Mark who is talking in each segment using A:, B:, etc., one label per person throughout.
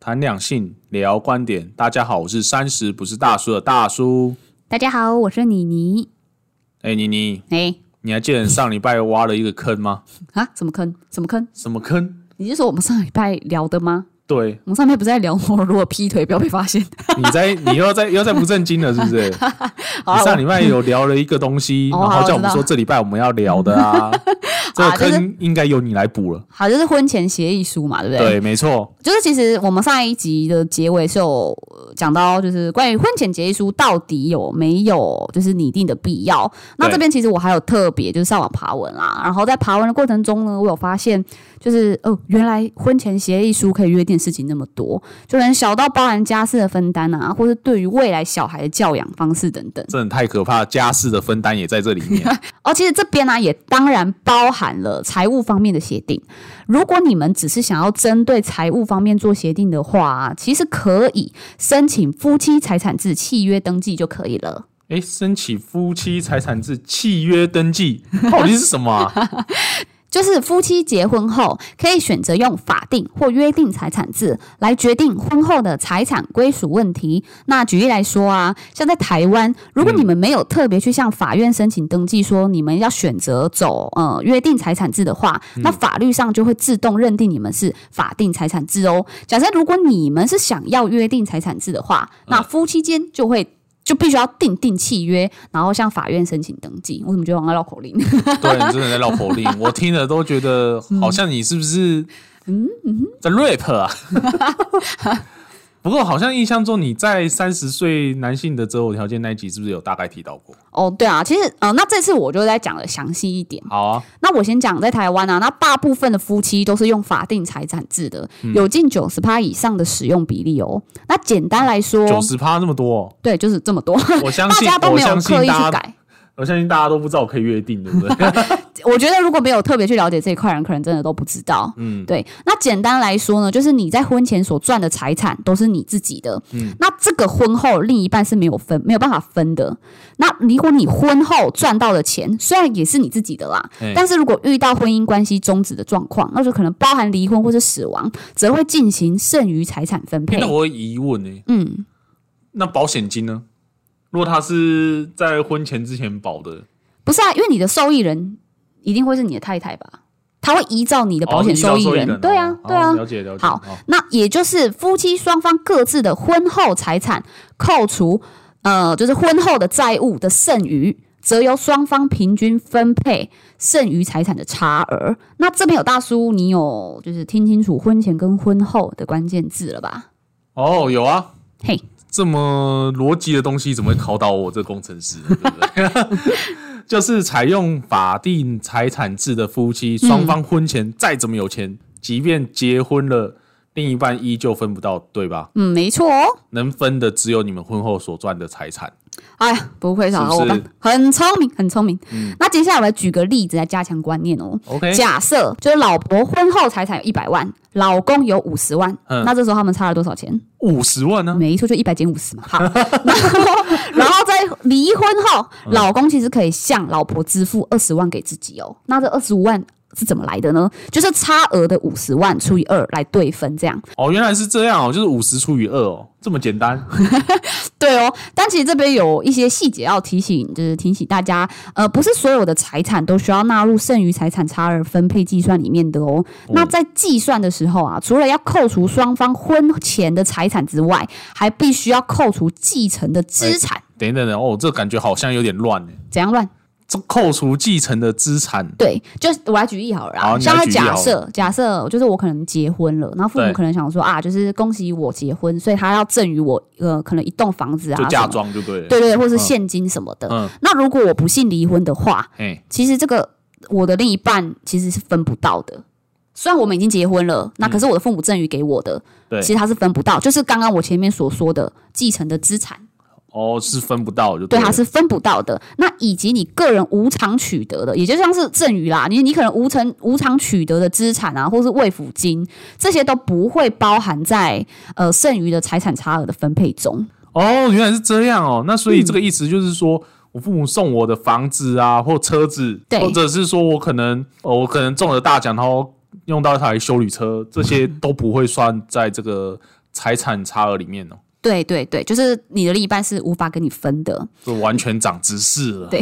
A: 谈两性，聊观点。大家好，我是三十不是大叔的大叔。
B: 大家好，我是妮妮。
A: 哎、妮妮，
B: 哎、
A: 你还记得你上礼拜挖了一个坑吗？
B: 啊，什么坑？什么坑？
A: 什么坑？
B: 你是说我们上礼拜聊的吗？
A: 对，
B: 我们上礼拜不是在聊我如果劈腿不要被发现？
A: 你在， 你又在，又在不正经了，是不是？你
B: 好啦
A: 上礼拜有聊了一个东西，
B: 哦
A: 然后
B: 好
A: 叫我
B: 我知
A: 们
B: 道
A: 说这礼拜我们要聊的 啊，这个
B: 啊就是
A: 坑应该由你来补了。
B: 我好，就是婚前协议书嘛，对不对？
A: 对，没错，
B: 就是其实我们上一集的结尾是有呃讲到，就是关于婚前协议书到底有没有就是拟定的必要。那
A: 对
B: 这边其实我还有特别就是上网爬文啦，然后在爬文的过程中呢，我有发现就是哦，原来婚前协议书可以约定的事情那么多，就连小到包含家事的分担啊，或是对于未来小孩的教养方式等等。
A: 真的太可怕，家事的分担也在这里面。
B: 哦，其实这边呢、也当然包含了财务方面的协定。如果你们只是想要针对财务方面做协定的话、啊，其实可以申请夫妻财产制契约登记就可以了。
A: 哎、申请夫妻财产制契约登记到底是什么、啊？
B: 就是夫妻结婚后，可以选择用法定或约定财产制来决定婚后的财产归属问题。那举例来说啊，像在台湾，如果你们没有特别去向法院申请登记，说你们要选择走呃约定财产制的话，那法律上就会自动认定你们是法定财产制哦。假设如果你们是想要约定财产制的话，那夫妻间就会。就必须要订定契约，然后向法院申请登记。我怎么觉得往那绕口令？
A: 对你真的在绕口 令，我听了都觉得好像你是不是在 rap 啊？
B: 嗯
A: 不过好像印象中你在三十岁男性的择偶条件那一集是不是有大概提到过？
B: 哦，对啊，其实呃，那这次我就在讲的详细一点。
A: 好啊，
B: 那我先讲在台湾啊，那大部分的夫妻都是用法定财产制的，
A: 嗯
B: 有近九十趴以上的使用比例哦。那简单来说，
A: 嗯九十趴那么多，
B: 对，就是这么多，
A: 我相
B: 大
A: 信
B: 家都
A: 我
B: 没有
A: 相信
B: 刻意去
A: 大家，
B: 改。
A: 我相信大家都不知道可以约定，对不 对？
B: 我觉得如果没有特别去了解这一块人，可能真的都不知道。
A: 嗯，
B: 对，那简单来说呢，就是你在婚前所赚的财产都是你自己的，
A: 嗯
B: 那这个婚后另一半是没有分，没有办法分的。那如果你婚后赚到的钱，虽然也是你自己的啦，
A: 哎
B: 但是如果遇到婚姻关系终止的状况，那就可能包含离婚或是死亡，则会进行剩余财产分配
A: 那。我有疑问呢、
B: 嗯，
A: 那保险金呢？如果他是在婚前之前保的，
B: 不是啊，因为你的受益人一定会是你的太太吧？他会依照你的保
A: 哦
B: 险
A: 依照
B: 益
A: 受
B: 人，
A: 人
B: 对啊
A: 哦，
B: 对啊，
A: 哦了解了解。
B: 好
A: 哦
B: 那也就是夫妻双方各自的婚后财产扣除，呃，就是婚后的债务的剩余，则由双方平均分配剩余财产的差额。那这边有大叔，你有就是听清楚婚前跟婚后的关键字了吧？
A: 哦，有啊，
B: 嘿，
A: 这么逻辑的东西怎么会考倒我这工程师呢？对不对？ 就是采用法定财产制的夫妻，双方婚前再怎么有钱，即便结婚了，另一半依旧分不到，对吧？
B: 嗯，没错哦。
A: 能分的只有你们婚后所赚的财产。
B: 哎呀，不愧是
A: 是
B: 好伙
A: 不是嗯
B: 伴，很聪明，很聪明。那接下来我来举个例子来加强观念哦。
A: OK，
B: 假设就是老婆婚后财产有一百万，老公有五十万，
A: 嗯
B: 那这时候他们差了多少钱？
A: 五十万呢、
B: 没错，就一百减 五十嘛。好，然后然后在离婚后，
A: 嗯
B: 老公其实可以向老婆支付二十万给自己哦。那这二十五万是怎么来的呢？就是差额的五十万除以二来对分，这样
A: 哦，原来是这样哦，就是五十除以二哦，这么简单。
B: 对哦。但其实这边有一些细节要提醒，就是提醒大家，呃，不是所有的财产都需要纳入剩余财产差额分配计算里面的哦。
A: 嗯
B: 那在计算的时候啊，除了要扣除双方婚前的财产之外，还必须要扣除继承的资产。
A: 等一等等，哦，这感觉好像有点乱呢。
B: 怎样乱？
A: 这扣除继承的资产，
B: 对，就是我来举例好了
A: 好
B: 啦。
A: 你
B: 像
A: 来
B: 他
A: 举例
B: 假
A: 好
B: 设，假设就是我可能结婚了，然后父
A: 对
B: 母可能想说啊，就是恭喜我结婚，所以他要赠予我呃可能一栋房子啊，
A: 就嫁
B: 什么，
A: 妆就对了。
B: 对对，或是
A: 嗯
B: 现金什么的。
A: 嗯
B: 那如果我不幸离婚的话，
A: 哎，
B: 其实这个我的另一半其实是分不到的。虽然我们已经结婚了，那可是我的父母赠予给我的，
A: 嗯对
B: 其实他是分不到，就是刚刚我前面所说的继承的资产。
A: 哦，是分不到就
B: 对，
A: 了
B: 它是分不到的。那以及你个人无偿取得的，也就像是赠与啦，你你可能无偿无偿取得的资产啊，或是未抚金，这些都不会包含在呃剩余的财产差额的分配中。
A: 哦，原来是这样哦。那所以这
B: 嗯
A: 个意思就是说，我父母送我的房子啊，或车子，
B: 对
A: 或者是说我可能，呃，我可能中了大奖，然后用到一台修理车，这些都不会算在这个财产差额里面哦，
B: 对对对，就是你的另一半是无法跟你分的。
A: 就完全长知识了。
B: 对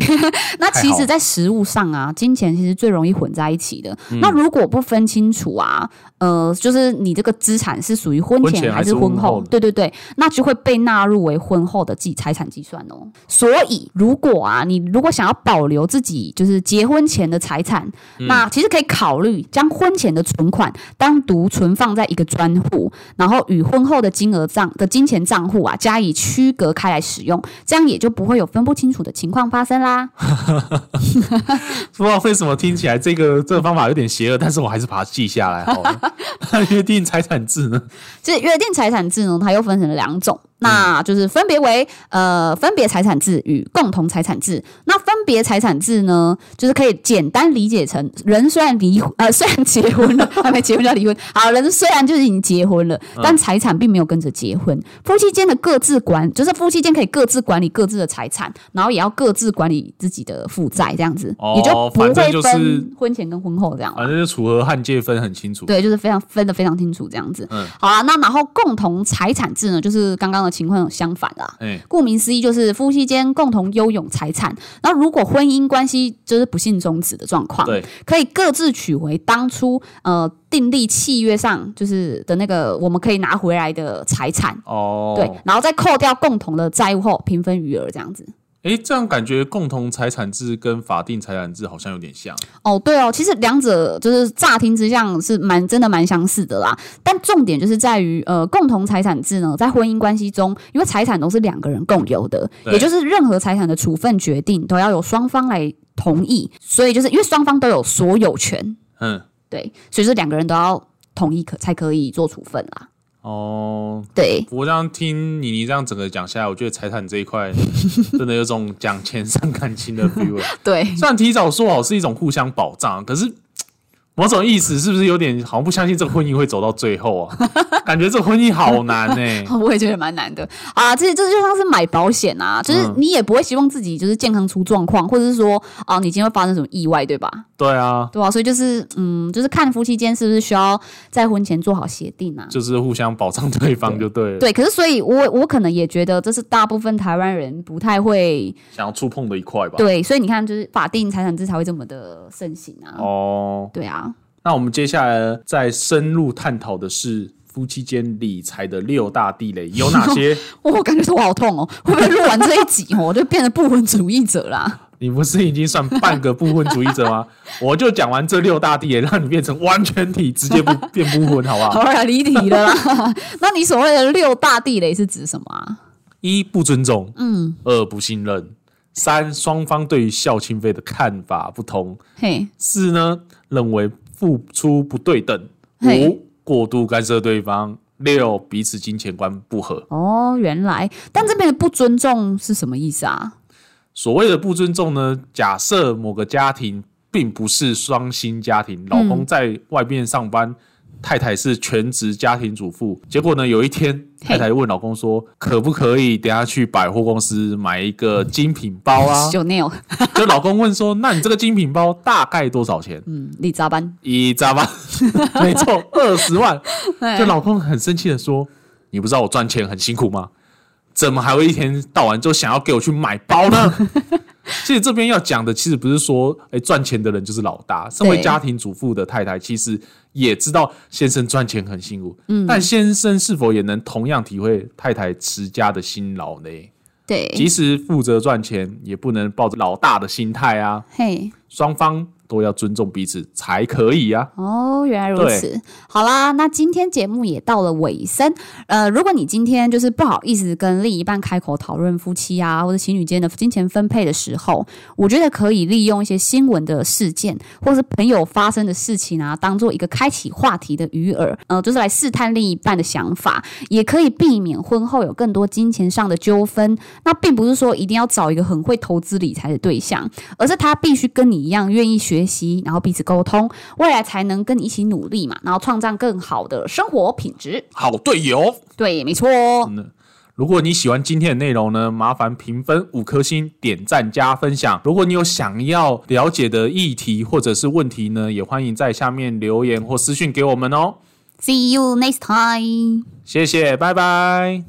B: 那
A: 太
B: 其
A: 好
B: 实，
A: 了
B: 在食物上啊，金钱其实最容易混在一起的。
A: 嗯
B: 那如果不分清楚啊，呃，就是你这个资产是属于婚
A: 婚前
B: 前
A: 还是
B: 是
A: 婚
B: 婚
A: 后
B: 后？
A: 的
B: 对对对，那就会被纳入为婚后的计财产计算哦。所以，如果啊，你如果想要保留自己就是结婚前的财产，
A: 嗯
B: 那其实可以考虑将婚前的存款单独存放在一个专户，然后与婚后的金额账的金钱账户啊加以区隔开来使用，这样也就不会有分不清楚的情况发生啦。
A: 不知道为什么听起来这个这个方法有点邪恶，但是我还是把它记下来好 了。约定财产制呢？
B: 这约定财产制呢，它又分成了两种，
A: 嗯
B: 那就是分别为呃分别财产制与共同财产制。那分别财产制呢，就是可以简单理解成人虽然离婚呃 虽然结 婚了，还没结婚就要离婚，好人虽然就是已经结婚了，
A: 嗯
B: 但财产并没有跟着结婚。夫妻间的各自管，就是夫妻间可以各自管理各自的财产，然后也要各自管理自己的负债，这样子、
A: 哦
B: 也就不
A: 反正
B: 会
A: 就是
B: 分婚前跟婚后这样。
A: 反正就楚河汉界分很清楚。
B: 对，就是非常分的非常清楚这样子。
A: 嗯
B: 好啊，那然后共同财产制呢，就是刚刚的情况有相反啦。
A: 哎，
B: 顾名思义，就是夫妻间共同拥有财产。那如果婚姻关系就是不幸终止的状况，
A: 对，
B: 可以各自取回当初呃订立契约上就是的那个我们可以拿回来的财产，
A: 哦，
B: 对，然后再扣掉共同的债务后平分余额这样子。
A: 哎，这样感觉共同财产制跟法定财产制好像有点像。
B: 哦，对哦，其实两者就是乍听之下是蛮真的蛮相似的啦，但重点就是在于呃，共同财产制呢，在婚姻关系中，因为财产都是两个人共有的，
A: 对
B: 也就是任何财产的处分决定都要由双方来同意，所以就是因为双方都有所有权，
A: 嗯，
B: 对，所以就是两个人都要同意可才可以做处分啦，
A: 哦，
B: 对。
A: 我这样听妮妮这样整个讲下来，我觉得财产这一 块真的有种讲钱伤感情的 feel 了。
B: 对，
A: 虽然提早说好是一种互相保障，可是某种意思是不是有点好像不相信这个婚姻会走到最后啊？ 感觉这婚姻好难欸呢、
B: 我也觉得蛮难的啊。这这就像是买保险啊，就是
A: 嗯
B: 你也不会希望自己就是健康出状况，或者是说啊，你今天会发生什么意外，对吧？
A: 对啊，
B: 对啊，所以就是嗯，就是看夫妻间是不是需要在婚前做好协定啊。
A: 就是互相保障对方就对了，
B: 对，可是所以我，我可能也觉得这是大部分台湾人不太会
A: 想要触碰的一块吧。
B: 对，所以你看，就是法定财产制才会这么的盛行啊。
A: 哦，
B: 对啊，
A: 那我们接下来再深入探讨的是夫妻间理财的六大地雷有哪 些？
B: 我感觉头好痛哦，会不会录完这一集哦，我就变成不婚主义者 啦？
A: 你不是已经算半个不婚主义者 吗？我就讲完这六大地雷，让你变成完全体，直接不变不婚，好不好？
B: 好了，离题了啦。 那你所谓的六大地雷是指什么啊？
A: 一不尊重，
B: 嗯，
A: 二不信任，三双方对于孝亲费的看法不同，
B: 嘿，
A: 四呢认为付出不对等，
B: 嘿
A: 五过度干涉对方，六彼此金钱观不合。
B: 哦，原来，但这边的不尊重是什么意思啊？
A: 所谓的不尊重呢，假设某个家庭并不是双薪家庭，老公
B: 嗯
A: 在外面上班。太太是全职家庭主妇，结果呢，有一天
B: 嘿
A: 太太问老公说：“可不可以等下去百货公司买一个精品包啊？”
B: 就 nail，
A: 就老公问说：“那你这个精品包大概多少钱
B: 嗯，你咋办？”？
A: 一扎吧， 没错，二十万。就老公很生气的说：“你不知道我赚钱很辛苦吗？怎么还会一天到晚就想要给我去买包呢？”其实这边要讲的，其实不是说，哎、赚钱的人就是老大。身为
B: 对
A: 家庭主妇的太太，其实也知道先生赚钱很辛苦，嗯，但先生是否也能同样体会太太持家的辛劳呢？
B: 对，
A: 即使负责赚钱，也不能抱着老大的心态啊。
B: 嘿，
A: 双方都要尊重彼此才可以啊。
B: 哦，原来如
A: 对
B: 此。好啦，那今天节目也到了尾声。呃，如果你今天就是不好意思跟另一半开口讨论夫妻啊或者情侣间的金钱分配的时候，我觉得可以利用一些新闻的事件或是朋友发生的事情啊，当做一个开启话题的鱼饵，呃，就是来试探另一半的想法，也可以避免婚后有更多金钱上的纠纷。那并不是说一定要找一个很会投资理财的对象，而是他必须跟你一样愿意学习，然后彼此沟通，未来才能跟你一起努力嘛，然后创造更好的生活品质。
A: 好队友，
B: 对，没错哦。
A: 如果你喜欢今天的内容呢，麻烦评分五颗星、点赞加分享。如果你有想要了解的议题或者是问题呢，也欢迎在下面留言或私讯给我们哦。
B: See you next time.
A: 谢谢，拜拜。